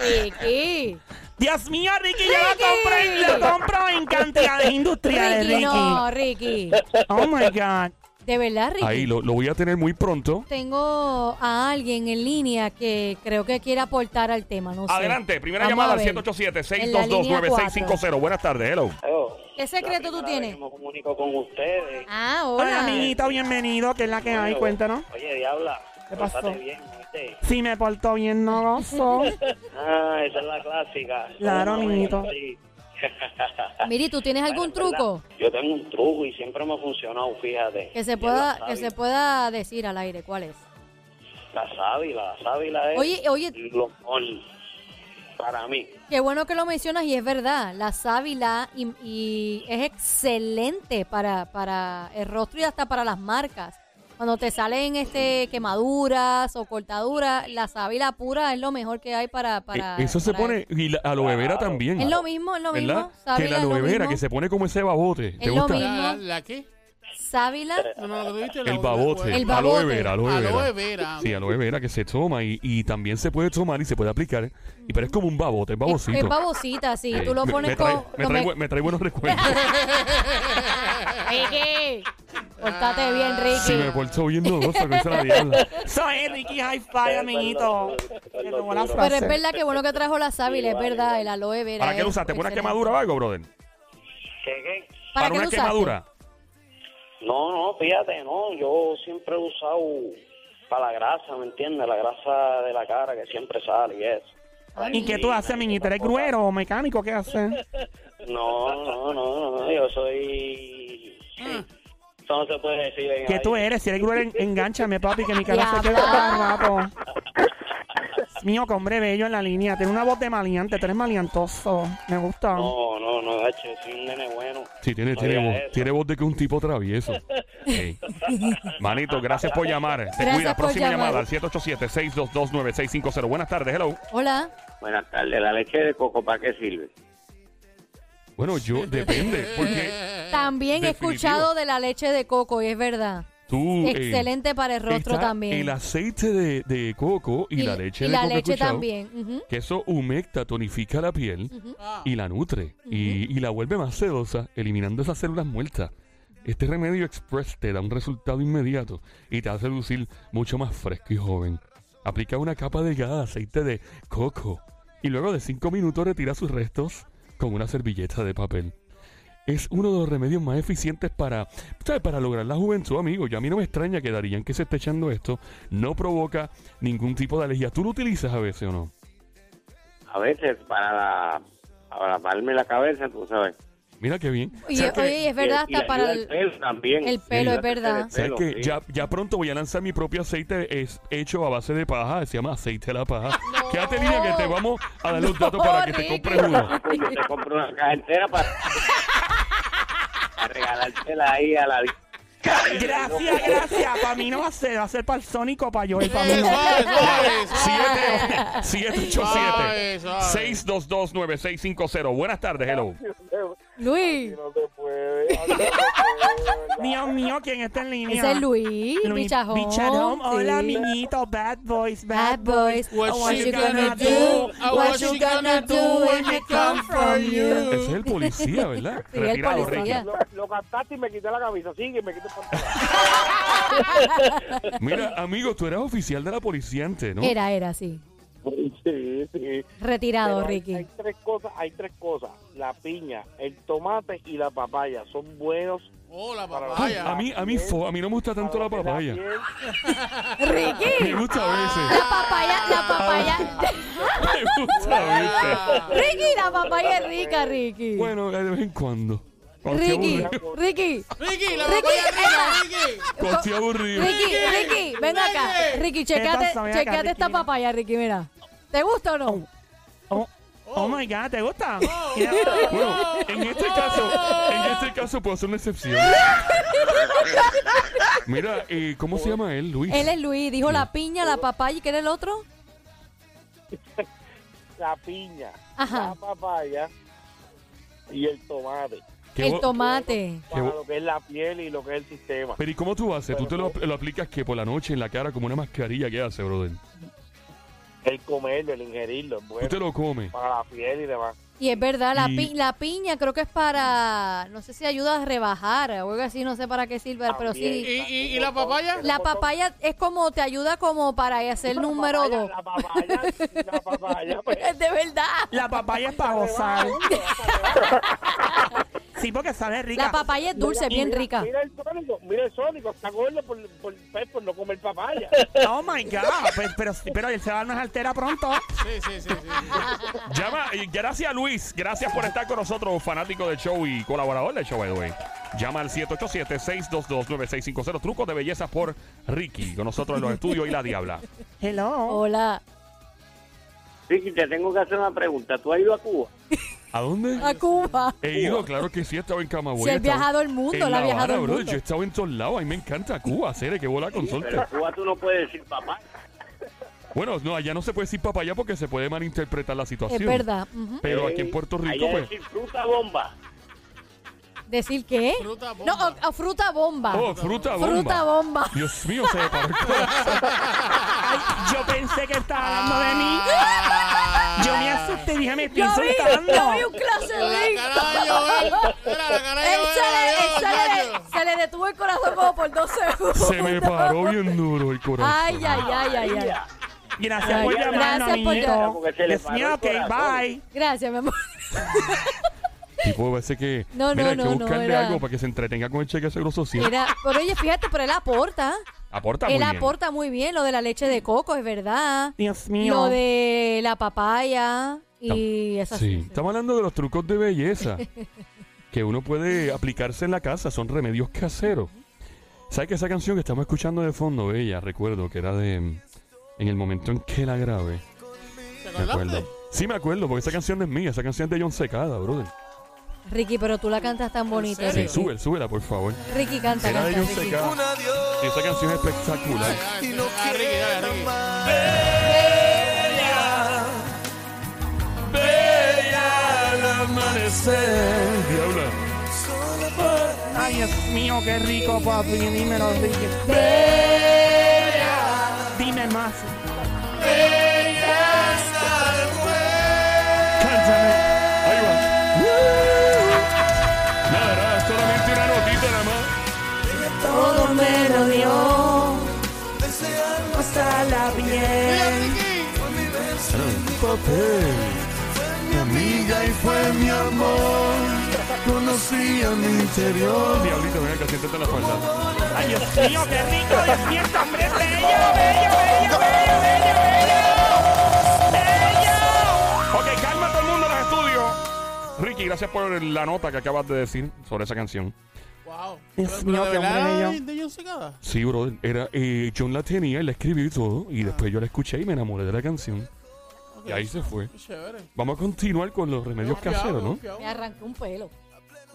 [SPEAKER 2] Ricky.
[SPEAKER 5] Dios mío, Ricky, yo
[SPEAKER 2] Ricky.
[SPEAKER 5] lo compro, en- lo compro en cantidades industriales,
[SPEAKER 2] Ricky,
[SPEAKER 5] Ricky.
[SPEAKER 2] no, Ricky.
[SPEAKER 5] Oh my God.
[SPEAKER 2] De verdad, Ricky.
[SPEAKER 6] Ahí lo, lo voy a tener muy pronto.
[SPEAKER 2] Tengo a alguien en línea que creo que quiere aportar al tema, no sé.
[SPEAKER 6] Adelante, primera
[SPEAKER 2] Vamos
[SPEAKER 6] llamada
[SPEAKER 2] a
[SPEAKER 6] al
[SPEAKER 2] ver. En la línea cuatro.
[SPEAKER 6] 787-622-9650. Buenas tardes, hello.
[SPEAKER 7] Hello.
[SPEAKER 2] ¿Qué secreto tú
[SPEAKER 7] Primera vez
[SPEAKER 2] tienes?
[SPEAKER 7] que me comunico con ustedes.
[SPEAKER 2] Ah,
[SPEAKER 5] Hola,
[SPEAKER 2] hola.
[SPEAKER 5] amiguito, bienvenido, que es la que hay,
[SPEAKER 7] Bueno,
[SPEAKER 5] cuéntanos.
[SPEAKER 7] Oye, Diabla,
[SPEAKER 5] ¿Qué pasó?
[SPEAKER 7] pórtate bien, ¿oíste?
[SPEAKER 5] Si me porto bien, no gozo.
[SPEAKER 7] Ah, esa es la clásica.
[SPEAKER 5] Claro,
[SPEAKER 7] Somos
[SPEAKER 5] amiguito.
[SPEAKER 7] amigos, sí.
[SPEAKER 2] Miri, ¿tú tienes algún
[SPEAKER 7] Bueno, ¿verdad?
[SPEAKER 2] truco
[SPEAKER 7] Yo tengo un truco y siempre me ha funcionado, fíjate.
[SPEAKER 2] que se
[SPEAKER 7] Y es
[SPEAKER 2] pueda
[SPEAKER 7] la
[SPEAKER 2] que se
[SPEAKER 7] sábila.
[SPEAKER 2] pueda decir al aire? ¿Cuál es?
[SPEAKER 7] La sábila, la sábila es
[SPEAKER 2] Oye, oye.
[SPEAKER 7] lo mejor para mí.
[SPEAKER 2] Qué bueno que lo mencionas y es verdad. La sábila y, y es excelente para, para el rostro y hasta para las marcas. Cuando te salen este quemaduras o cortaduras, la sábila pura es lo mejor que hay para... para
[SPEAKER 6] Eh, Eso se
[SPEAKER 2] para
[SPEAKER 6] pone, y la aloe vera también.
[SPEAKER 2] Es lo mismo, es lo mismo.
[SPEAKER 6] ¿Verdad? Que
[SPEAKER 2] Sábila
[SPEAKER 6] la
[SPEAKER 2] es lo
[SPEAKER 6] aloe vera,
[SPEAKER 2] mismo.
[SPEAKER 6] que se pone como ese babote. ¿Te
[SPEAKER 2] Es lo
[SPEAKER 6] gusta?
[SPEAKER 2] mismo.
[SPEAKER 4] ¿La, la, la qué?
[SPEAKER 2] Sábila,
[SPEAKER 4] No, no, lo que tú dijiste, la-
[SPEAKER 6] El babote.
[SPEAKER 2] El
[SPEAKER 6] Aloe
[SPEAKER 2] babote.
[SPEAKER 6] vera, aloe vera.
[SPEAKER 4] Aloe vera.
[SPEAKER 6] Sí, aloe vera que se toma y, y también se puede tomar y se puede aplicar. Y pero es como un babote, es
[SPEAKER 2] es,
[SPEAKER 6] babocito.
[SPEAKER 2] es babosita, sí.
[SPEAKER 6] Eh,
[SPEAKER 2] Tú lo
[SPEAKER 6] me-
[SPEAKER 2] pones
[SPEAKER 6] me trae,
[SPEAKER 2] con...
[SPEAKER 6] me
[SPEAKER 2] lo
[SPEAKER 6] trae
[SPEAKER 2] me-
[SPEAKER 6] bu- me trae buenos recuerdos.
[SPEAKER 2] Ricky. Pórtate bien, Ricky.
[SPEAKER 6] Si me porto bien dudosa, que es la diabla.
[SPEAKER 5] Soy Ricky High Five, amiguito. Que robó la
[SPEAKER 2] Pero es
[SPEAKER 5] frase.
[SPEAKER 2] verdad que bueno que trajo la sábila, es verdad, el aloe vera.
[SPEAKER 6] ¿Para qué lo
[SPEAKER 2] es
[SPEAKER 6] usaste? ¿Fue una
[SPEAKER 2] excelente.
[SPEAKER 6] quemadura o algo, brother?
[SPEAKER 7] ¿Qué, qué?
[SPEAKER 2] ¿Para, qué
[SPEAKER 6] una
[SPEAKER 2] lo usaste?
[SPEAKER 6] quemadura.
[SPEAKER 7] No, no, fíjate, no. Yo siempre he usado para la grasa, ¿me entiendes? La grasa de la cara que siempre sale y eso.
[SPEAKER 5] ¿Y qué tú haces, amiguito? ¿Eres gruero o mecánico? ¿Qué haces?
[SPEAKER 7] No, no, no, no, yo soy... Eso no se puede decir en
[SPEAKER 5] Ah. ¿Qué
[SPEAKER 7] el
[SPEAKER 5] tú
[SPEAKER 7] aire.
[SPEAKER 5] eres? Si eres gruero, en- enganchame, papi, que mi cara
[SPEAKER 2] Ya
[SPEAKER 5] se queda
[SPEAKER 2] va.
[SPEAKER 5] cada rato. Mío, que hombre bello en la línea. Tiene una voz de maleante. Tú eres maleantoso. Me gusta.
[SPEAKER 7] No, no, no, gacho, soy un nene bueno.
[SPEAKER 6] Sí, tiene,
[SPEAKER 7] No
[SPEAKER 6] tiene,
[SPEAKER 7] digas
[SPEAKER 6] voz,
[SPEAKER 7] eso.
[SPEAKER 6] tiene voz de que es un tipo travieso. Ey. Manito, gracias por llamar. Te
[SPEAKER 2] Gracias
[SPEAKER 6] cuida.
[SPEAKER 2] por
[SPEAKER 6] Próxima
[SPEAKER 2] llamar.
[SPEAKER 6] llamada al 787-622-9650. Buenas tardes, hello.
[SPEAKER 2] Hola.
[SPEAKER 8] Buenas tardes. ¿La leche de coco para qué sirve?
[SPEAKER 6] Bueno, yo, depende. Porque
[SPEAKER 2] También he
[SPEAKER 6] Eh, Definitivo.
[SPEAKER 2] escuchado de la leche de coco y es verdad.
[SPEAKER 6] tú. eh,
[SPEAKER 2] Excelente para el rostro
[SPEAKER 6] está
[SPEAKER 2] también.
[SPEAKER 6] El aceite de, de coco y, la leche
[SPEAKER 2] y
[SPEAKER 6] de
[SPEAKER 2] la
[SPEAKER 6] coco
[SPEAKER 2] leche
[SPEAKER 6] escuchado,
[SPEAKER 2] también. ujú.
[SPEAKER 6] Que eso humecta, tonifica la piel
[SPEAKER 4] Ah.
[SPEAKER 6] y la nutre. y, y la vuelve más sedosa, eliminando esas células muertas. Este remedio express te da un resultado inmediato y te hace lucir mucho más fresco y joven. Aplica una capa delgada de aceite de coco y luego de 5 minutos retira sus restos con una servilleta de papel. Es uno de los remedios más eficientes para, ¿sabes? para lograr la juventud, amigo. Yo a mí no me extraña que Darían que se esté echando esto. No provoca ningún tipo de alergia. ¿Tú lo utilizas a veces o no?
[SPEAKER 8] A veces para, la, para lavarme la cabeza, tú sabes.
[SPEAKER 6] Mira qué bien.
[SPEAKER 2] Y,
[SPEAKER 6] ¿Sabes qué?
[SPEAKER 2] oye, y es verdad,
[SPEAKER 8] Y- y
[SPEAKER 2] hasta para
[SPEAKER 8] ayuda
[SPEAKER 2] el,
[SPEAKER 8] pelo también.
[SPEAKER 2] el pelo,
[SPEAKER 8] Ayuda
[SPEAKER 2] es
[SPEAKER 8] al
[SPEAKER 2] verdad.
[SPEAKER 8] pelo,
[SPEAKER 6] ¿Sabes qué?
[SPEAKER 8] sí.
[SPEAKER 6] Ya, ya pronto voy a lanzar mi propio aceite es hecho a base de paja. Se llama aceite de la paja. Quédate línea que te vamos a dar los datos
[SPEAKER 2] No,
[SPEAKER 6] para que te
[SPEAKER 2] Ricky.
[SPEAKER 6] compres uno.
[SPEAKER 8] Ah, pues, Yo te compro una caja entera para, para regalártela ahí a la...
[SPEAKER 5] Gracias, gracias. Para mí no va a ser. Va a ser para el Sónico, para yo. Y para mí
[SPEAKER 4] Eso
[SPEAKER 5] no.
[SPEAKER 4] es, eso es.
[SPEAKER 6] 787
[SPEAKER 4] Ay, ay.
[SPEAKER 6] 622 9650 Buenas tardes, hello.
[SPEAKER 2] Luis.
[SPEAKER 5] Dios mío, ¿quién está en línea?
[SPEAKER 2] Ese es Luis, Bichajón.
[SPEAKER 5] Bicharón. Hola,
[SPEAKER 2] sí.
[SPEAKER 5] amiguito. Bad boys, bad,
[SPEAKER 2] Bad boys.
[SPEAKER 4] What
[SPEAKER 5] Oh, what
[SPEAKER 4] she
[SPEAKER 5] you
[SPEAKER 4] gonna
[SPEAKER 5] gonna
[SPEAKER 4] do?
[SPEAKER 5] do?
[SPEAKER 4] Oh, What she gonna do when it come from you?
[SPEAKER 6] Ese es el policía, ¿verdad?
[SPEAKER 2] Sí, el policía.
[SPEAKER 6] Ricky. Mira, amigo, tú eras oficial de la policía antes, ¿no?
[SPEAKER 2] Era, era, sí.
[SPEAKER 9] Sí, sí.
[SPEAKER 2] Retirado,
[SPEAKER 9] Pero hay-
[SPEAKER 2] Ricky.
[SPEAKER 9] Hay, tres cosas, hay tres cosas. La piña, el tomate y la papaya son buenos.
[SPEAKER 4] Hola,
[SPEAKER 9] Para
[SPEAKER 4] papaya.
[SPEAKER 6] A mí, a mí, fo- a mí no me gusta tanto la
[SPEAKER 9] para la
[SPEAKER 6] papaya.
[SPEAKER 9] piel.
[SPEAKER 6] Me
[SPEAKER 2] Ricky.
[SPEAKER 6] gusta a veces.
[SPEAKER 2] La papaya, la papaya.
[SPEAKER 6] Me gusta a veces.
[SPEAKER 4] Ah.
[SPEAKER 2] Ricky, la papaya es rica, Ricky.
[SPEAKER 6] Bueno, de vez en cuando. Cuando estoy
[SPEAKER 2] Ricky,
[SPEAKER 6] aburrido.
[SPEAKER 2] Ricky,
[SPEAKER 4] Ricky, la
[SPEAKER 2] Ricky,
[SPEAKER 4] papaya rica,
[SPEAKER 2] era.
[SPEAKER 4] Ricky.
[SPEAKER 6] Cuando estoy aburrido.
[SPEAKER 2] Ricky, Ricky, ven acá. Ricky, checate,
[SPEAKER 5] pasa? Ven acá,
[SPEAKER 2] checate esta
[SPEAKER 5] Ricky, mira.
[SPEAKER 2] papaya, Ricky, mira. ¿Te gusta o no?
[SPEAKER 5] Oh, oh my God, ¿te gusta? Yeah.
[SPEAKER 6] Bueno, en este caso, en este caso puedo hacer una excepción. Mira, eh, ¿cómo se llama él, Luis?
[SPEAKER 2] Él es Luis, dijo la piña, la papaya y ¿qué era el otro?
[SPEAKER 9] La piña,
[SPEAKER 2] Ajá.
[SPEAKER 9] la papaya y el tomate.
[SPEAKER 6] Qué
[SPEAKER 2] El
[SPEAKER 6] bo-
[SPEAKER 2] tomate.
[SPEAKER 9] Para
[SPEAKER 6] bu-
[SPEAKER 9] lo que es la piel y lo que es el sistema.
[SPEAKER 6] Pero ¿y cómo tú haces? ¿Tú te lo, lo aplicas que por la noche en la cara como una mascarilla que hace, brother?
[SPEAKER 9] El comerlo, el ingerirlo, es
[SPEAKER 6] ¿Tú
[SPEAKER 9] bueno.
[SPEAKER 6] te lo comes?
[SPEAKER 9] Para la piel y demás.
[SPEAKER 2] Y es verdad, la,
[SPEAKER 6] Y-
[SPEAKER 2] pi- la piña creo que es para, no sé si ayuda a rebajar o algo así, no sé para qué sirve, pero
[SPEAKER 4] ¿Y,
[SPEAKER 2] sí.
[SPEAKER 4] y, y la papaya?
[SPEAKER 2] La papaya es como, te ayuda como para hacer número
[SPEAKER 9] Papaya,
[SPEAKER 2] dos.
[SPEAKER 9] La papaya, la papaya. pues,
[SPEAKER 2] Es de verdad.
[SPEAKER 5] La papaya es para gozar. Sí, porque sabe rica.
[SPEAKER 2] La papaya es dulce, bien
[SPEAKER 9] mira-
[SPEAKER 2] rica.
[SPEAKER 9] Mira el sónico, mira el sónico, está gordo por, por, pues, por no comer papaya.
[SPEAKER 5] Oh my God. Pero, pero, pero él se va a dar una altera pronto.
[SPEAKER 4] Sí, sí, sí. sí.
[SPEAKER 6] Llama, y gracias Luis, gracias por estar con nosotros, fanático del show y colaborador del show, by the way. Llama al 787-622-9650, trucos de belleza por Ricky, con nosotros en los estudios y la Diabla.
[SPEAKER 5] Hello.
[SPEAKER 2] Hola.
[SPEAKER 8] Ricky, te tengo que hacer una pregunta. ¿Tú has ido a Cuba?
[SPEAKER 6] ¿A dónde?
[SPEAKER 2] A Cuba.
[SPEAKER 6] He ido, claro que sí, he estado en Camagüey.
[SPEAKER 2] Si él
[SPEAKER 6] he estado
[SPEAKER 2] viajado el mundo,
[SPEAKER 6] en
[SPEAKER 2] él ha
[SPEAKER 6] La
[SPEAKER 2] viajado
[SPEAKER 6] Habana,
[SPEAKER 2] el
[SPEAKER 6] brother,
[SPEAKER 2] mundo.
[SPEAKER 6] Yo he estado en todos lados, a mí me encanta Cuba, Cere, que bola con suerte.
[SPEAKER 8] Pero en Cuba tú no puedes decir papá.
[SPEAKER 6] Bueno, no, allá no se puede decir papaya porque se puede malinterpretar la situación.
[SPEAKER 2] Es verdad. ujú.
[SPEAKER 6] Pero aquí en Puerto Rico,
[SPEAKER 8] Allá
[SPEAKER 6] pues...
[SPEAKER 8] decir fruta bomba.
[SPEAKER 2] ¿Decir qué?
[SPEAKER 4] Fruta
[SPEAKER 2] No,
[SPEAKER 4] bomba.
[SPEAKER 2] o- o fruta bomba.
[SPEAKER 6] Oh, fruta bomba.
[SPEAKER 2] Fruta bomba.
[SPEAKER 6] Dios mío, se me paró el corazón.
[SPEAKER 5] Ay, yo pensé que estaba hablando de mí.
[SPEAKER 4] Ah.
[SPEAKER 5] Yo me asusté y dije, me estoy
[SPEAKER 2] Yo vi,
[SPEAKER 5] insultando.
[SPEAKER 2] yo vi un clase
[SPEAKER 4] La
[SPEAKER 2] de
[SPEAKER 4] cara de Joel. Mira, la cara de Joel.
[SPEAKER 2] Él
[SPEAKER 4] adiós,
[SPEAKER 2] sale, él sale,
[SPEAKER 4] muchachos.
[SPEAKER 2] Se le detuvo el corazón como por dos segundos.
[SPEAKER 6] Se me paró bien duro el corazón.
[SPEAKER 2] Ay, ay, ay, ay, ay.
[SPEAKER 5] Gracias
[SPEAKER 2] Ay,
[SPEAKER 5] por
[SPEAKER 2] gracias
[SPEAKER 5] llamarnos,
[SPEAKER 2] por llamar.
[SPEAKER 5] amiguito.
[SPEAKER 8] Porque se le
[SPEAKER 5] Dios
[SPEAKER 8] paró
[SPEAKER 5] mío,
[SPEAKER 8] el
[SPEAKER 5] ok,
[SPEAKER 8] corazón.
[SPEAKER 5] bye.
[SPEAKER 2] Gracias, mi amor.
[SPEAKER 6] Tipo, parece que.
[SPEAKER 2] No, no,
[SPEAKER 6] mira, hay que
[SPEAKER 2] no, no,
[SPEAKER 6] buscarle
[SPEAKER 2] era-
[SPEAKER 6] algo para que se entretenga con el cheque de seguro social.
[SPEAKER 2] Mira, pero oye, fíjate, pero él aporta.
[SPEAKER 6] Aporta
[SPEAKER 2] él
[SPEAKER 6] muy bien.
[SPEAKER 2] aporta muy bien lo de la leche de coco, es verdad.
[SPEAKER 5] Dios
[SPEAKER 2] Lo
[SPEAKER 5] mío.
[SPEAKER 2] de la papaya y esas
[SPEAKER 6] Sí.
[SPEAKER 2] cosas.
[SPEAKER 6] Estamos hablando de los trucos de belleza que uno puede aplicarse en la casa. Son remedios caseros. ¿Sabes que esa canción que estamos escuchando de fondo, Bella? Recuerdo que era de. mm, En el momento en que la grabé.
[SPEAKER 4] ¿Te
[SPEAKER 6] Me
[SPEAKER 4] acordaste?
[SPEAKER 6] acuerdo. Sí, me acuerdo, porque esa canción no es mía. Esa canción es de John Secada, brother.
[SPEAKER 2] Ricky, pero tú la cantas tan bonito.
[SPEAKER 4] serio?
[SPEAKER 6] Sí,
[SPEAKER 2] Ricky.
[SPEAKER 6] súbela, súbela, por favor.
[SPEAKER 2] Ricky canta,
[SPEAKER 6] Era de
[SPEAKER 2] canta.
[SPEAKER 6] John
[SPEAKER 2] Ricky.
[SPEAKER 6] Secada. Y esa canción es espectacular.
[SPEAKER 4] Ay, ay, Ah, Ricky, dale, Ricky.
[SPEAKER 6] Diabla.
[SPEAKER 5] Ay, Dios mío, qué rico, papi. Dímelo, Ricky. Dime más. Cántame.
[SPEAKER 6] Ahí va. Nada, era solamente una notita nada más.
[SPEAKER 5] Todo me lo dio. Hasta la piel.
[SPEAKER 6] Mi amiga y fue mi amor. Conocí a mi interior. Diablito, mira que siéntate en la falda.
[SPEAKER 5] Ay, Dios mío, qué rico. Dios mío, este hombre es bello, bello, bello, bello, bello, bello. Bello.
[SPEAKER 6] Ok, calma todo el mundo en los estudios. Ricky, gracias por la nota que acabas de decir sobre esa canción.
[SPEAKER 4] Wow.
[SPEAKER 5] Dios
[SPEAKER 4] Pero-
[SPEAKER 5] mío,
[SPEAKER 4] pero de
[SPEAKER 5] qué hombre
[SPEAKER 4] verdad,
[SPEAKER 5] bello.
[SPEAKER 4] ay, de John Secada.
[SPEAKER 6] Sí, brother. Era, eh, John la tenía, la escribí y todo. Y después yo la escuché y me enamoré de la canción. Y ahí se fue.
[SPEAKER 4] Qué Chévere.
[SPEAKER 6] Vamos a continuar con los remedios caseros, ¿no?
[SPEAKER 4] Confiado,
[SPEAKER 2] Me
[SPEAKER 4] confiado.
[SPEAKER 2] arrancó un pelo.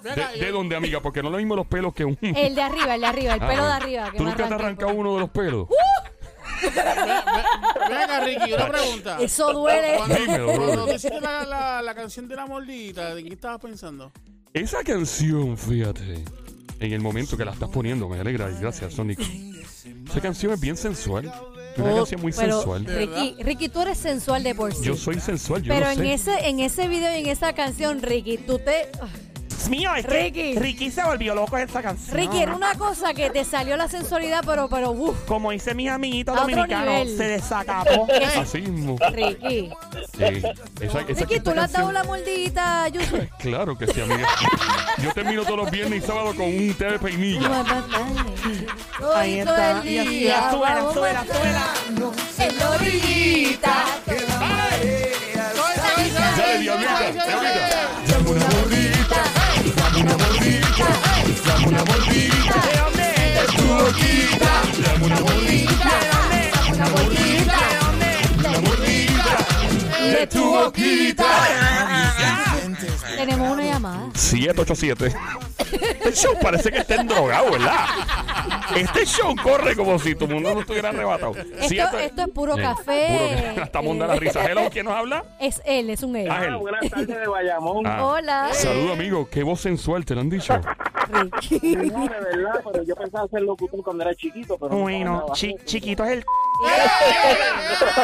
[SPEAKER 4] Ven acá,
[SPEAKER 6] ¿De, de
[SPEAKER 4] yo-
[SPEAKER 6] dónde, amiga? Porque no es lo mismo los pelos que un.
[SPEAKER 2] El de arriba, el de arriba, Eh, el
[SPEAKER 6] Ah,
[SPEAKER 2] pelo de
[SPEAKER 6] bueno.
[SPEAKER 2] arriba. Que
[SPEAKER 6] ¿Tú
[SPEAKER 2] me
[SPEAKER 6] nunca te has
[SPEAKER 2] arranqué.
[SPEAKER 6] arrancado uno de los pelos?
[SPEAKER 2] Uh.
[SPEAKER 4] Ven- ven acá, Ricky, una pregunta.
[SPEAKER 2] Eso duele.
[SPEAKER 4] Cuando,
[SPEAKER 6] Dímelo,
[SPEAKER 4] cuando
[SPEAKER 6] brother.
[SPEAKER 4] tú hiciste la, la, la canción de la mordita, ¿de qué estabas pensando?
[SPEAKER 6] Esa canción, fíjate, en el momento que la estás poniendo, me alegra. y Gracias, Sónico. Esa canción es bien sensual. Es una
[SPEAKER 2] Oh,
[SPEAKER 6] canción muy
[SPEAKER 2] pero,
[SPEAKER 6] sensual.
[SPEAKER 2] Ricky, Ricky, tú eres sensual de por sí.
[SPEAKER 6] Yo soy sensual, yo
[SPEAKER 2] pero
[SPEAKER 6] lo
[SPEAKER 2] en
[SPEAKER 6] sé.
[SPEAKER 2] ese en ese video y en esa canción, Ricky, tú te
[SPEAKER 5] Dios mío, es que
[SPEAKER 2] Ricky.
[SPEAKER 5] Ricky se volvió loco en esa canción.
[SPEAKER 2] Ricky era una cosa que te salió la sensualidad, pero pero uf,
[SPEAKER 5] Como dice mis amiguitos
[SPEAKER 2] A otro
[SPEAKER 5] dominicanos,
[SPEAKER 2] nivel.
[SPEAKER 5] se desacapó.
[SPEAKER 6] Así mismo.
[SPEAKER 2] Ricky.
[SPEAKER 6] Sí. Esa, esa-
[SPEAKER 2] Ricky, tú
[SPEAKER 6] esta
[SPEAKER 2] le has dado
[SPEAKER 6] canción-
[SPEAKER 2] la mordidita, Yusu.
[SPEAKER 6] Claro que sí, amiga. Yo termino todos los viernes y sábado con un té de peinilla.
[SPEAKER 5] Ahí
[SPEAKER 2] Hoy todo
[SPEAKER 5] está.
[SPEAKER 2] el
[SPEAKER 5] Y así,
[SPEAKER 2] día
[SPEAKER 5] suela,
[SPEAKER 2] vamos
[SPEAKER 5] suela, suela.
[SPEAKER 2] en la orillita.
[SPEAKER 6] Dale, diablita, diablita.
[SPEAKER 5] ¿De dónde es? De tu boquita. Dame una bolita. ¿De dónde es?
[SPEAKER 2] De tu boquita. ah. Tenemos una llamada.
[SPEAKER 6] 787. Este show parece que estén drogados, ¿verdad? Este show corre como si tu mundo no estuviera arrebatado.
[SPEAKER 2] Esto, esto es puro
[SPEAKER 6] Eh,
[SPEAKER 2] café. eh.
[SPEAKER 6] puro- Hasta monda la risa. Hello, ¿quién nos habla?
[SPEAKER 2] Es él, es un él.
[SPEAKER 6] Ángel.
[SPEAKER 8] Buenas tardes de Bayamón.
[SPEAKER 6] Ah.
[SPEAKER 2] Ah, Hola.
[SPEAKER 6] Saludo, amigo. Qué voz sensual, te lo han dicho.
[SPEAKER 2] Ricky.
[SPEAKER 8] No, de verdad, pero yo pensaba ser locutor cuando era chiquito, pero
[SPEAKER 5] Bueno, chi- chiquito es el.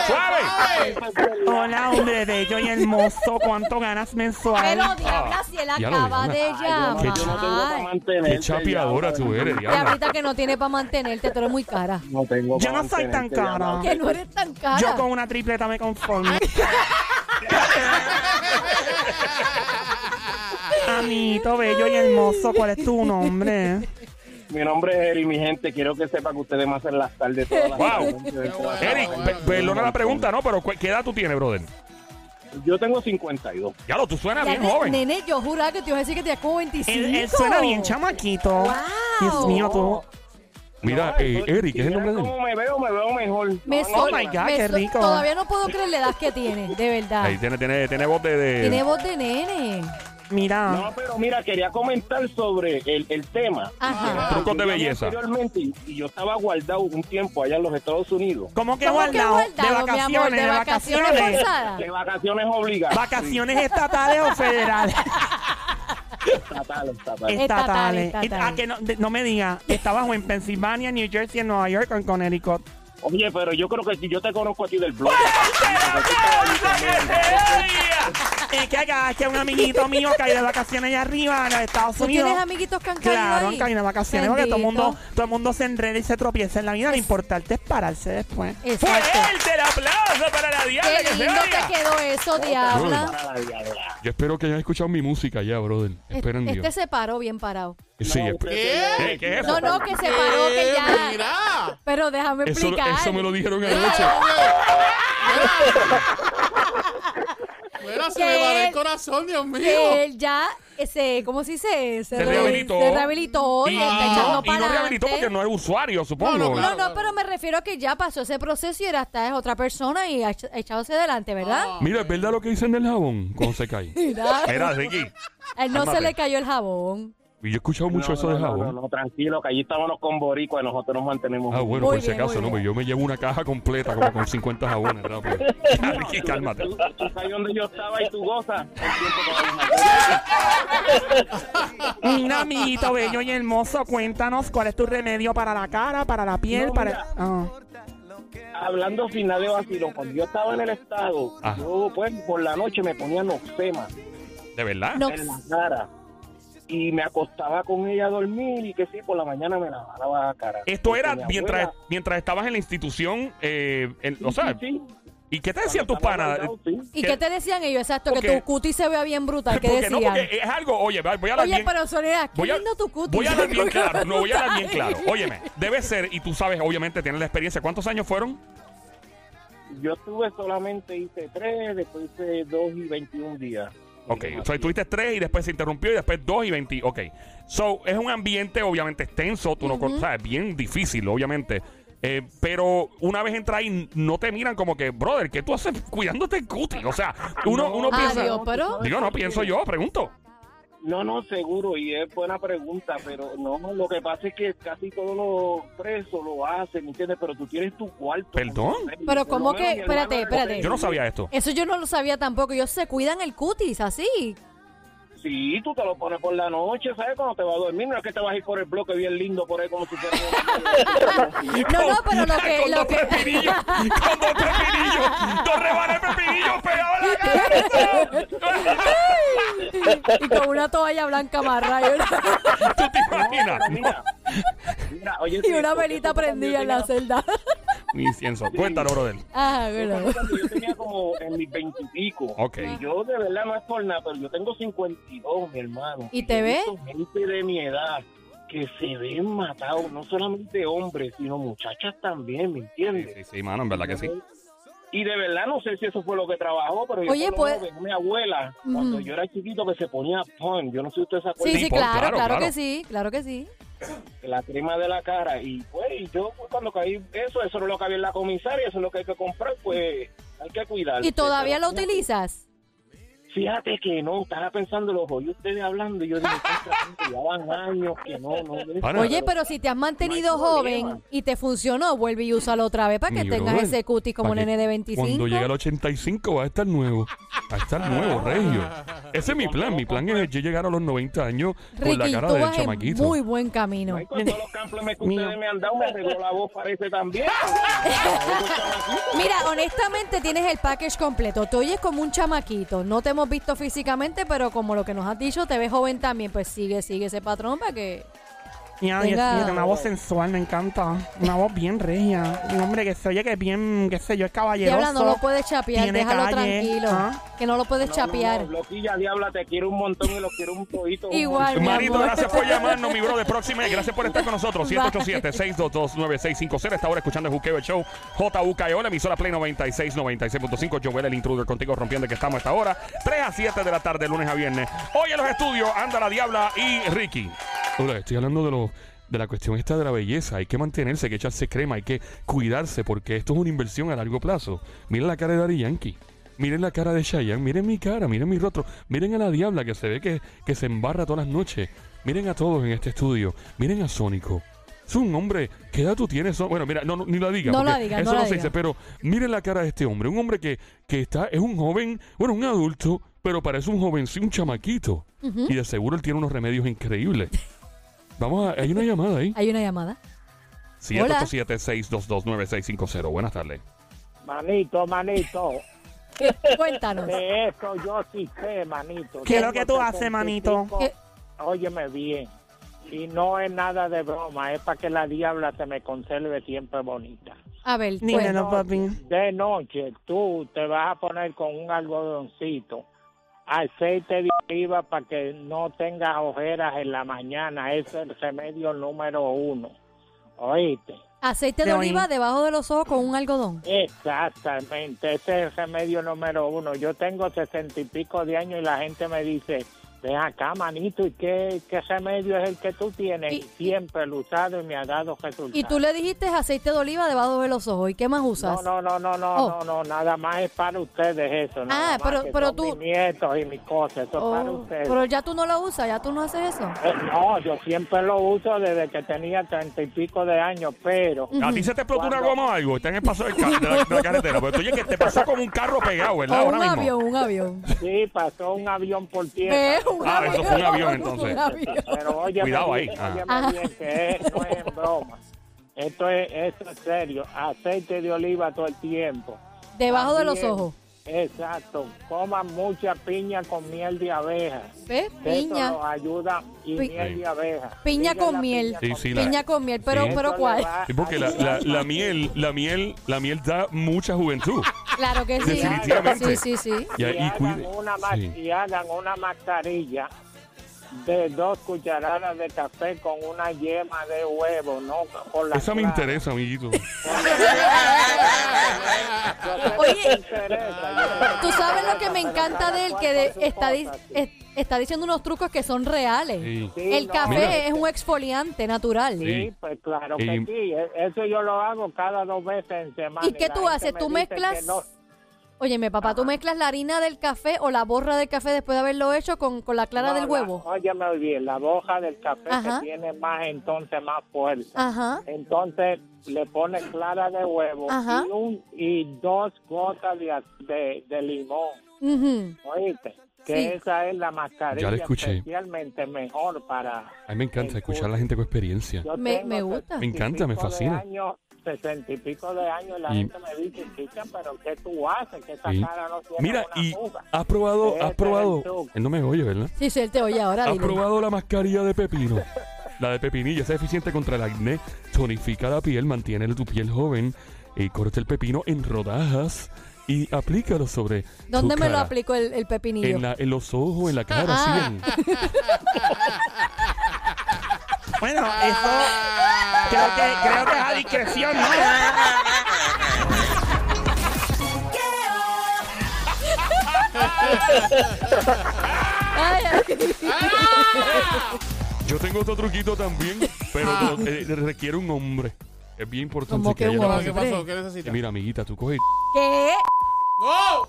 [SPEAKER 6] ¡Suave!
[SPEAKER 5] Hola, hombre bello y hermoso. ¿Cuánto ganas mensual?
[SPEAKER 2] Pero diabla, si él
[SPEAKER 6] ya lo
[SPEAKER 2] acaba
[SPEAKER 6] vi,
[SPEAKER 2] de
[SPEAKER 8] no, yo no tengo para
[SPEAKER 2] llamar.
[SPEAKER 8] mantenerte.
[SPEAKER 6] Qué chapeadora tú eres, diabla.
[SPEAKER 2] Diablita que no tiene para mantenerte, tú eres muy cara.
[SPEAKER 8] No tengo
[SPEAKER 5] Yo
[SPEAKER 8] pa'
[SPEAKER 5] no soy tan
[SPEAKER 8] mantenerte, ya,
[SPEAKER 5] cara.
[SPEAKER 2] Que no eres tan
[SPEAKER 5] Yo
[SPEAKER 2] cara.
[SPEAKER 5] con una tripleta me conformo. Amito bello y hermoso, ¿cuál es tu nombre?
[SPEAKER 8] Mi nombre es Eri, mi gente. Quiero que sepa que ustedes me hacen las tardes todas las
[SPEAKER 6] Wow.
[SPEAKER 8] tardes dentro de
[SPEAKER 6] Eric,
[SPEAKER 8] trabajo.
[SPEAKER 6] pe- perdona la pregunta, ¿no? Pero ¿cu- ¿qué edad tú tienes, brother?
[SPEAKER 8] Yo tengo 52.
[SPEAKER 6] Ya lo, tú suenas
[SPEAKER 2] Ya,
[SPEAKER 6] bien
[SPEAKER 2] ne-
[SPEAKER 6] joven.
[SPEAKER 2] Nene, yo juraba que te iba a decir que tienes como 25.
[SPEAKER 5] Él, él suena bien chamaquito.
[SPEAKER 2] Wow.
[SPEAKER 5] Dios mío, tú.
[SPEAKER 6] Mira,
[SPEAKER 8] No,
[SPEAKER 6] eh,
[SPEAKER 8] estoy-
[SPEAKER 6] Eric, ¿es el nombre de
[SPEAKER 8] si
[SPEAKER 6] él?
[SPEAKER 8] vean cómo me veo, me veo mejor.
[SPEAKER 2] Me
[SPEAKER 8] No, no,
[SPEAKER 2] so-
[SPEAKER 5] Oh, my God,
[SPEAKER 2] me
[SPEAKER 5] qué
[SPEAKER 2] so-
[SPEAKER 5] rico.
[SPEAKER 2] Todavía no puedo creer la edad que tiene, de verdad.
[SPEAKER 6] Ahí tiene, tiene, tiene voz de... de-
[SPEAKER 2] Tiene voz de nene.
[SPEAKER 5] Mira,
[SPEAKER 8] No, pero mira, quería comentar sobre el, el tema.
[SPEAKER 2] Ajá.
[SPEAKER 6] Trucos de
[SPEAKER 8] Yo llamé
[SPEAKER 6] belleza.
[SPEAKER 8] Anteriormente, y- y yo estaba guardado un tiempo allá en los Estados Unidos.
[SPEAKER 5] ¿cómo que
[SPEAKER 2] ¿Cómo que
[SPEAKER 5] guardado? de
[SPEAKER 2] guardado, mi
[SPEAKER 5] vacaciones,
[SPEAKER 2] amor?
[SPEAKER 5] de vacaciones.
[SPEAKER 2] forzadas.
[SPEAKER 8] De vacaciones obligadas.
[SPEAKER 5] Vacaciones estatales o federales.
[SPEAKER 8] Estatal, estatal.
[SPEAKER 5] estatales.
[SPEAKER 2] estatal.
[SPEAKER 5] Ah, que no, de- no me diga, estabas o en Pensilvania, New Jersey, en Nueva York o en Connecticut.
[SPEAKER 8] Oye, pero yo creo que yo te conozco a ti del blog.
[SPEAKER 5] ¡Ey! eh, que acá, que un amiguito mío cae de vacaciones allá arriba en los Estados
[SPEAKER 2] ¿Tú
[SPEAKER 5] Unidos.
[SPEAKER 2] tienes amiguitos que han caído
[SPEAKER 5] Claro,
[SPEAKER 2] ahí?
[SPEAKER 5] han caído de vacaciones porque todo el mundo,
[SPEAKER 2] Bendito.
[SPEAKER 5] todo el mundo se enreda y se tropieza en la vida. Lo importante es pararse después.
[SPEAKER 2] Exacto.
[SPEAKER 10] ¡Fuerte el aplauso para la diabla que
[SPEAKER 2] Qué
[SPEAKER 10] se
[SPEAKER 2] lindo
[SPEAKER 10] oiga!
[SPEAKER 2] te quedó eso, diabla.
[SPEAKER 11] Para la diabla.
[SPEAKER 6] Yo espero que hayan escuchado mi música ya, brother. Esperen
[SPEAKER 2] Este, este
[SPEAKER 6] Dios. Eh,
[SPEAKER 2] se paró bien parado.
[SPEAKER 6] Sí, esp-
[SPEAKER 4] ¿Qué?
[SPEAKER 6] Eh, ¿Qué es
[SPEAKER 2] No,
[SPEAKER 6] eso?
[SPEAKER 2] no, que se paró, que
[SPEAKER 4] Eh,
[SPEAKER 2] ya.
[SPEAKER 4] Mira.
[SPEAKER 2] Pero déjame
[SPEAKER 6] Eso,
[SPEAKER 2] explicar.
[SPEAKER 6] eso me lo dijeron anoche.
[SPEAKER 4] Mira, se
[SPEAKER 2] Que
[SPEAKER 4] me paró el
[SPEAKER 2] él-
[SPEAKER 4] corazón, Dios mío.
[SPEAKER 2] que él ya se, ¿cómo se dice? Se,
[SPEAKER 6] Se
[SPEAKER 2] re-
[SPEAKER 6] rehabilitó.
[SPEAKER 2] Se rehabilitó y,
[SPEAKER 6] Y,
[SPEAKER 2] está
[SPEAKER 6] y
[SPEAKER 2] echando
[SPEAKER 6] no, y
[SPEAKER 2] para
[SPEAKER 6] no rehabilitó porque no es usuario, supongo.
[SPEAKER 4] No, no,
[SPEAKER 2] No,
[SPEAKER 4] claro.
[SPEAKER 2] no, pero me refiero a que ya pasó ese proceso y era hasta es otra persona y ha echa- ha echado hacia adelante, ¿verdad?
[SPEAKER 6] Mira, es verdad lo que dicen del jabón cuando se cae.
[SPEAKER 2] Mira,
[SPEAKER 6] Mira, Ricky.
[SPEAKER 2] a él no se
[SPEAKER 6] cálmate.
[SPEAKER 2] le cayó el jabón.
[SPEAKER 6] Y yo he escuchado mucho
[SPEAKER 11] No,
[SPEAKER 6] eso
[SPEAKER 11] no,
[SPEAKER 6] de
[SPEAKER 11] no,
[SPEAKER 6] jabón.
[SPEAKER 11] No, no, tranquilo, que allí estábamos con boricua y nosotros nos mantenemos.
[SPEAKER 6] Ah, bueno,
[SPEAKER 2] Muy
[SPEAKER 6] por si
[SPEAKER 2] bien, muy
[SPEAKER 6] acaso, no,
[SPEAKER 2] bien.
[SPEAKER 6] pero yo me llevo una caja completa como con 50 jabones rápido. Ya, Ricky, cálmate.
[SPEAKER 11] Tú, tú sabes dónde yo estaba y tú gozas. El tiempo que vamos a-
[SPEAKER 5] Mira, amiguito bello y hermoso, cuéntanos cuál es tu remedio para la cara, para la piel, para. Ah.
[SPEAKER 11] Hablando final de vacilo, cuando yo estaba en el estado,
[SPEAKER 6] Ajá.
[SPEAKER 11] yo pues por la noche me ponía noxema
[SPEAKER 6] ¿De verdad?
[SPEAKER 2] No,
[SPEAKER 11] en la cara y me acostaba con ella a dormir y que sí, por la mañana me lavaba la cara.
[SPEAKER 6] Esto
[SPEAKER 11] Porque
[SPEAKER 6] era
[SPEAKER 11] mi
[SPEAKER 6] mientras,
[SPEAKER 11] abuela-
[SPEAKER 6] mientras estabas en la institución, eh, en- o
[SPEAKER 11] Sí,
[SPEAKER 6] sea,
[SPEAKER 11] sí,
[SPEAKER 6] ¿y qué te
[SPEAKER 11] sí,
[SPEAKER 6] decían tus
[SPEAKER 11] estaba
[SPEAKER 6] panas? eh.
[SPEAKER 11] guardado, sí.
[SPEAKER 2] ¿Y
[SPEAKER 6] que-
[SPEAKER 2] qué te decían ellos? Exacto, que
[SPEAKER 6] porque-
[SPEAKER 2] tu cutis se vea bien brutal. ¿Qué
[SPEAKER 6] Porque no,
[SPEAKER 2] decían?
[SPEAKER 6] porque es algo, oye, va- voy a hablar
[SPEAKER 2] Oye,
[SPEAKER 6] bien,
[SPEAKER 2] pero Soledad, qué
[SPEAKER 6] voy a,
[SPEAKER 2] lindo tu cutis.
[SPEAKER 6] voy a hablar bien claro, no, voy a hablar bien
[SPEAKER 2] Brutal.
[SPEAKER 6] claro. Óyeme, debe ser, y tú sabes, obviamente tienes la experiencia, ¿cuántos años fueron?
[SPEAKER 11] Yo estuve solamente, hice tres, después hice dos y 21 días.
[SPEAKER 6] Ok,
[SPEAKER 11] Y
[SPEAKER 6] o sea,
[SPEAKER 11] así.
[SPEAKER 6] tuviste tres y después se interrumpió y después dos y veinti. Ok, so es un ambiente obviamente extenso, tú no, con- o sea, es bien difícil, obviamente. Eh, pero una vez entras ahí, no te miran como que, brother, ¿qué tú haces cuidándote el cutis? O sea, uno, uno
[SPEAKER 2] Ah,
[SPEAKER 6] piensa.
[SPEAKER 2] Dios, pero...
[SPEAKER 6] Digo, no pienso yo, pregunto.
[SPEAKER 11] No, no, seguro, y es buena pregunta, pero no, lo que pasa es que casi todos los presos lo hacen, ¿me entiendes? Pero tú tienes tu cuarto.
[SPEAKER 6] Perdón.
[SPEAKER 2] Pero
[SPEAKER 11] Por lo
[SPEAKER 2] ¿cómo
[SPEAKER 11] menos
[SPEAKER 2] que-
[SPEAKER 11] mi hermana
[SPEAKER 2] espérate,
[SPEAKER 11] lo
[SPEAKER 2] espérate.
[SPEAKER 11] tenía.
[SPEAKER 6] Yo no sabía esto.
[SPEAKER 2] Eso yo no lo sabía tampoco. Ellos se cuidan el cutis así.
[SPEAKER 11] Sí, tú te lo pones por la noche, ¿sabes? Cuando te vas a dormir, no es que te vas a ir por el bloque bien lindo por ahí como si fuera...
[SPEAKER 2] No, no, pero lo que...
[SPEAKER 6] Con
[SPEAKER 2] Lo
[SPEAKER 6] dos
[SPEAKER 2] que
[SPEAKER 6] pepinillos, con dos pepinillos, dos rebanes de pepinillos pegados a la cabeza.
[SPEAKER 2] y con una toalla blanca amarra y una,
[SPEAKER 6] ¿Tú te imaginas?
[SPEAKER 11] Mira, mira, oye,
[SPEAKER 2] y una
[SPEAKER 11] esto-
[SPEAKER 2] velita
[SPEAKER 11] esto cuando
[SPEAKER 2] prendida
[SPEAKER 11] yo
[SPEAKER 2] en la
[SPEAKER 11] tenía-
[SPEAKER 2] celda.
[SPEAKER 6] Un incienso. Cuéntalo, brother.
[SPEAKER 2] Ah, bueno.
[SPEAKER 11] esto cuando Yo tenía como en mis veintipico.
[SPEAKER 6] Ok.
[SPEAKER 11] Y yo de verdad no es por nada, pero yo tengo 52, mi hermano.
[SPEAKER 2] ¿Y te
[SPEAKER 11] Yo he
[SPEAKER 2] ve?
[SPEAKER 11] visto Gente de mi edad que se ven matados, no solamente hombres, sino muchachas también, ¿me
[SPEAKER 6] Sí,
[SPEAKER 11] entiendes?
[SPEAKER 6] sí, sí, mano, en verdad que sí.
[SPEAKER 11] Y de verdad no sé si eso fue lo que trabajó, pero yo
[SPEAKER 2] Oye,
[SPEAKER 11] por lo
[SPEAKER 2] pues-
[SPEAKER 11] menos veía a mi abuela cuando yo era chiquito que se ponía pon, yo no sé si usted se acuerda,
[SPEAKER 2] Sí, sí,
[SPEAKER 6] Por-
[SPEAKER 2] claro,
[SPEAKER 6] claro,
[SPEAKER 2] claro,
[SPEAKER 6] claro.
[SPEAKER 2] que sí, claro que sí.
[SPEAKER 11] la crema de la cara y pues y yo pues, cuando caí eso, eso es lo que había en la comisaria, eso es lo que hay que comprar, pues hay que cuidar.
[SPEAKER 2] ¿Y todavía lo utilizas?
[SPEAKER 11] Fíjate que no, estaba pensando, los oí ustedes hablando y yo dije, "Contra, gente, ya van años que no, no.
[SPEAKER 6] Pana.
[SPEAKER 2] Oye, pero si te has mantenido
[SPEAKER 11] No hay problema.
[SPEAKER 2] joven y te funcionó, vuelve y úsalo otra vez para que
[SPEAKER 6] Mi
[SPEAKER 2] tengas
[SPEAKER 6] brother,
[SPEAKER 2] ese cutis como
[SPEAKER 6] para Mm, que
[SPEAKER 2] nene de
[SPEAKER 6] Cuando llegue al
[SPEAKER 2] 25.
[SPEAKER 6] 85 va a estar nuevo. Va a estar nuevo, regio. Ese es mi plan. Mi plan es yo llegar a los 90 años con la
[SPEAKER 2] Ricky,
[SPEAKER 6] cara
[SPEAKER 2] tú
[SPEAKER 6] del
[SPEAKER 2] vas en
[SPEAKER 6] chamaquito.
[SPEAKER 2] muy buen camino.
[SPEAKER 11] Ay, Con todos los camplemes que ustedes me han dado, me arregló la voz, parece también.
[SPEAKER 2] Mira, honestamente tienes el package completo. Te oyes como un chamaquito. No te hemos visto físicamente, pero como lo que nos has dicho, te ves joven también. Pues sigue, sigue ese patrón para que...
[SPEAKER 5] Ya, Dios
[SPEAKER 2] Venga.
[SPEAKER 5] mío, tiene una voz sensual, me encanta. Una voz bien regia. Un hombre que se oye que es bien, qué sé yo, es caballeroso.
[SPEAKER 2] Diabla, no lo puedes chapear,
[SPEAKER 5] tiene
[SPEAKER 2] déjalo
[SPEAKER 5] calle,
[SPEAKER 2] tranquilo.
[SPEAKER 5] ¿ah?
[SPEAKER 2] Que no lo puedes chapear.
[SPEAKER 11] Loquilla, diabla, te quiero un montón y los quiero un poquito.
[SPEAKER 2] Igual, mi
[SPEAKER 6] Manito,
[SPEAKER 2] amor.
[SPEAKER 6] gracias por llamarnos, mi brother. Próxima, y gracias por estar con nosotros. 787-622-9650. Esta hora escuchando el Juqueo el Show. JUKEO, la E, emisora Play 96, 96.5. Joel, el intruder, contigo rompiendo que estamos a esta hora. 3 a 7 de la tarde, lunes a viernes. Hoy en los estudios anda la Diabla y Ricky. Hola, estoy hablando de lo- De la cuestión esta de la belleza, hay que mantenerse, hay que echarse crema, hay que cuidarse porque esto es una inversión a largo plazo. Miren la cara de Dari Yankee, miren la cara de Cheyenne, miren mi cara, miren mi rostro, miren a la diabla que se ve que, que se embarra todas las noches. Miren a todos en este estudio, miren a Sónico. Es un hombre, ¿qué edad tú tienes? Son- Bueno, mira, no, no, ni la diga.
[SPEAKER 2] No
[SPEAKER 6] porque
[SPEAKER 2] la diga,
[SPEAKER 6] Eso
[SPEAKER 2] no
[SPEAKER 6] no,
[SPEAKER 2] la
[SPEAKER 6] se
[SPEAKER 2] diga.
[SPEAKER 6] dice, pero miren la cara de este hombre. Un hombre que, que está, es un joven, bueno, un adulto, pero parece un joven, sí, un chamaquito. Y de seguro él tiene unos remedios increíbles. Vamos a, hay una llamada ahí.
[SPEAKER 2] Hay una llamada.
[SPEAKER 6] 787-622-9650. Buenas tardes.
[SPEAKER 12] Manito, manito.
[SPEAKER 2] Cuéntanos.
[SPEAKER 11] De eso yo sí sé, manito.
[SPEAKER 5] ¿Qué es lo
[SPEAKER 11] Tengo
[SPEAKER 5] que tú haces, manito?
[SPEAKER 11] 75,
[SPEAKER 2] ¿Qué?
[SPEAKER 11] Óyeme bien. Y no es nada de broma, es para que la diabla te me conserve siempre bonita.
[SPEAKER 2] A ver, cuéntanos.
[SPEAKER 5] Dímelo, papi.
[SPEAKER 11] De noche tú te vas a poner con un algodoncito, aceite de oliva para que no tengas ojeras en la mañana. Ese es el remedio número uno. ¿Oíste?
[SPEAKER 2] Aceite de
[SPEAKER 5] De
[SPEAKER 2] oliva
[SPEAKER 5] hoy.
[SPEAKER 2] debajo de los ojos con un algodón.
[SPEAKER 11] Exactamente, ese es el remedio número uno. Yo tengo sesenta y pico de años y la gente me dice, ven acá, manito, ¿y qué, qué remedio es el que tú tienes?
[SPEAKER 2] Y-
[SPEAKER 11] Y, siempre lo he usado y me ha dado resultados.
[SPEAKER 2] Y tú le dijiste aceite de oliva debajo de los ojos. ¿Y qué más usas?
[SPEAKER 11] No, no, no, no, no,
[SPEAKER 2] Oh.
[SPEAKER 11] no, no, nada más es para ustedes eso. nada
[SPEAKER 2] Ah,
[SPEAKER 11] más,
[SPEAKER 2] pero-
[SPEAKER 11] que
[SPEAKER 2] pero
[SPEAKER 11] son
[SPEAKER 2] tú-
[SPEAKER 11] Mis nietos y mis cosas, eso
[SPEAKER 2] Oh,
[SPEAKER 11] es para ustedes.
[SPEAKER 2] pero ya tú no lo usas, ya tú no haces eso.
[SPEAKER 11] Eh, no, yo siempre lo uso desde que tenía treinta y pico de años, pero...
[SPEAKER 6] A ti se te explotó una
[SPEAKER 11] Cuando-
[SPEAKER 6] goma o algo. Está en el paso del ca- de, la, de la carretera. Pero tú, oye, que te pasó como un carro pegado, ¿verdad?
[SPEAKER 2] O un
[SPEAKER 6] Ahora mismo.
[SPEAKER 2] avión, un avión.
[SPEAKER 11] Sí, pasó un avión por tierra.
[SPEAKER 2] Ve, un
[SPEAKER 6] Ah,
[SPEAKER 2] avión.
[SPEAKER 6] eso fue un avión, entonces.
[SPEAKER 2] Un avión.
[SPEAKER 11] Pero oye,
[SPEAKER 6] Cuidado ahí. Ah.
[SPEAKER 2] Ah.
[SPEAKER 11] bien, que es- no es en broma. Esto es, esto es serio. Aceite de oliva todo el tiempo.
[SPEAKER 2] Debajo de los
[SPEAKER 11] También-
[SPEAKER 2] ojos.
[SPEAKER 11] Exacto. Coman mucha piña con miel de abeja.
[SPEAKER 2] ¿Ves?
[SPEAKER 11] Que Eso
[SPEAKER 2] Piña.
[SPEAKER 11] nos ayuda y
[SPEAKER 2] Pi-
[SPEAKER 11] miel de abeja.
[SPEAKER 2] Piña
[SPEAKER 11] Diga
[SPEAKER 2] con
[SPEAKER 11] la
[SPEAKER 2] miel.
[SPEAKER 6] Sí, sí, la-
[SPEAKER 2] Piña con miel, pero,
[SPEAKER 6] Sí.
[SPEAKER 2] pero
[SPEAKER 11] Eso
[SPEAKER 2] ¿cuál?
[SPEAKER 11] le va
[SPEAKER 6] Sí, porque
[SPEAKER 11] a
[SPEAKER 6] la, la,
[SPEAKER 11] ayudar
[SPEAKER 6] la
[SPEAKER 11] más.
[SPEAKER 6] miel, la miel, la miel da mucha juventud.
[SPEAKER 2] Claro que sí.
[SPEAKER 6] Definitivamente.
[SPEAKER 2] Sí, sí, sí.
[SPEAKER 6] Y,
[SPEAKER 11] Y,
[SPEAKER 6] ahí
[SPEAKER 11] hagan
[SPEAKER 6] cuide-
[SPEAKER 11] una ma-
[SPEAKER 6] sí.
[SPEAKER 11] y hagan una mascarilla de dos cucharadas de café con una yema de huevo, no con la
[SPEAKER 6] Esa me
[SPEAKER 11] clara.
[SPEAKER 6] interesa, amiguito.
[SPEAKER 2] Oye, Tú sabes lo que me encanta de él, que de- está, di- es- está diciendo unos trucos que son reales.
[SPEAKER 6] Sí.
[SPEAKER 11] Sí,
[SPEAKER 2] El
[SPEAKER 11] no,
[SPEAKER 2] café
[SPEAKER 6] Mira.
[SPEAKER 2] es un exfoliante natural.
[SPEAKER 6] Sí.
[SPEAKER 11] Sí, pues claro que
[SPEAKER 6] Y-
[SPEAKER 11] sí. E- Eso yo lo hago cada dos veces en semana.
[SPEAKER 2] ¿Y qué
[SPEAKER 11] la
[SPEAKER 2] tú
[SPEAKER 11] gente
[SPEAKER 2] haces?
[SPEAKER 11] me
[SPEAKER 2] ¿Tú
[SPEAKER 11] dice que
[SPEAKER 2] mezclas?
[SPEAKER 11] no.
[SPEAKER 2] Óyeme, papá, ¿tú mezclas la harina del café o la borra del café después de haberlo hecho con, con la clara
[SPEAKER 11] No,
[SPEAKER 2] del
[SPEAKER 11] la-
[SPEAKER 2] huevo?
[SPEAKER 11] óyeme bien, la hoja del café
[SPEAKER 2] Ajá.
[SPEAKER 11] que tiene más entonces más fuerza.
[SPEAKER 2] Ajá.
[SPEAKER 11] Entonces le pones clara de huevo
[SPEAKER 2] Ajá.
[SPEAKER 11] y, un, y dos gotas de, a- de, de limón,
[SPEAKER 2] Ujú.
[SPEAKER 11] ¿oíste? Que
[SPEAKER 2] Sí.
[SPEAKER 11] esa es la mascarilla
[SPEAKER 6] Ya la escuché.
[SPEAKER 11] especialmente mejor para...
[SPEAKER 6] A mí me encanta escuchar a la gente con experiencia.
[SPEAKER 11] Yo
[SPEAKER 2] Me-
[SPEAKER 11] tengo
[SPEAKER 2] me gusta.
[SPEAKER 11] sesenta
[SPEAKER 6] Me
[SPEAKER 11] y
[SPEAKER 6] encanta, me
[SPEAKER 11] pico de
[SPEAKER 6] fascina.
[SPEAKER 11] años, Sesenta y pico de años, la
[SPEAKER 6] Y-
[SPEAKER 11] gente me dice, chica, pero ¿qué tú haces? Que esa
[SPEAKER 6] Sí.
[SPEAKER 11] cara no tiene
[SPEAKER 6] Mira,
[SPEAKER 11] una
[SPEAKER 6] y
[SPEAKER 11] arruga".
[SPEAKER 6] has probado,
[SPEAKER 11] Ese
[SPEAKER 6] has
[SPEAKER 11] es el
[SPEAKER 6] probado.
[SPEAKER 11] truco.
[SPEAKER 6] Él no me oye, ¿verdad?
[SPEAKER 2] Sí, sí, él te oye ahora,
[SPEAKER 6] ¿Has
[SPEAKER 2] dile.
[SPEAKER 6] probado la mascarilla de pepino? La de pepinilla es eficiente contra el acné, tonifica la piel, mantiene tu piel joven y corta el pepino en rodajas y aplícalo sobre
[SPEAKER 2] ¿Dónde
[SPEAKER 6] tu
[SPEAKER 2] me lo
[SPEAKER 6] cara.
[SPEAKER 2] aplico el, el pepinillo?
[SPEAKER 6] En, la- en los ojos, en la cara,
[SPEAKER 2] Ah.
[SPEAKER 6] así. en-
[SPEAKER 5] Bueno, eso creo que, creo que es a discreción, ¿no?
[SPEAKER 2] Ay, ay.
[SPEAKER 6] Yo tengo otro truquito también, pero no, eh, requiere un hombre. Es bien importante
[SPEAKER 2] Ah. ¿Cómo que un
[SPEAKER 6] haya-
[SPEAKER 2] hombre?
[SPEAKER 4] ¿Qué pasó? ¿Qué necesitas?
[SPEAKER 6] Mira, amiguita, tú coges.
[SPEAKER 2] ¿Qué?
[SPEAKER 4] ¡No!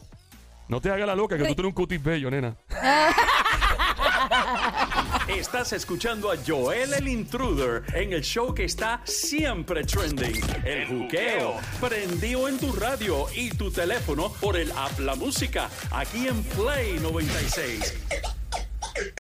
[SPEAKER 6] No te hagas la loca, que tú tienes un cutis bello, nena.
[SPEAKER 13] Estás escuchando a Joel el Intruder en el show que está siempre trending, el juqueo, prendido en tu radio y tu teléfono por el app La Música, aquí en Play 96.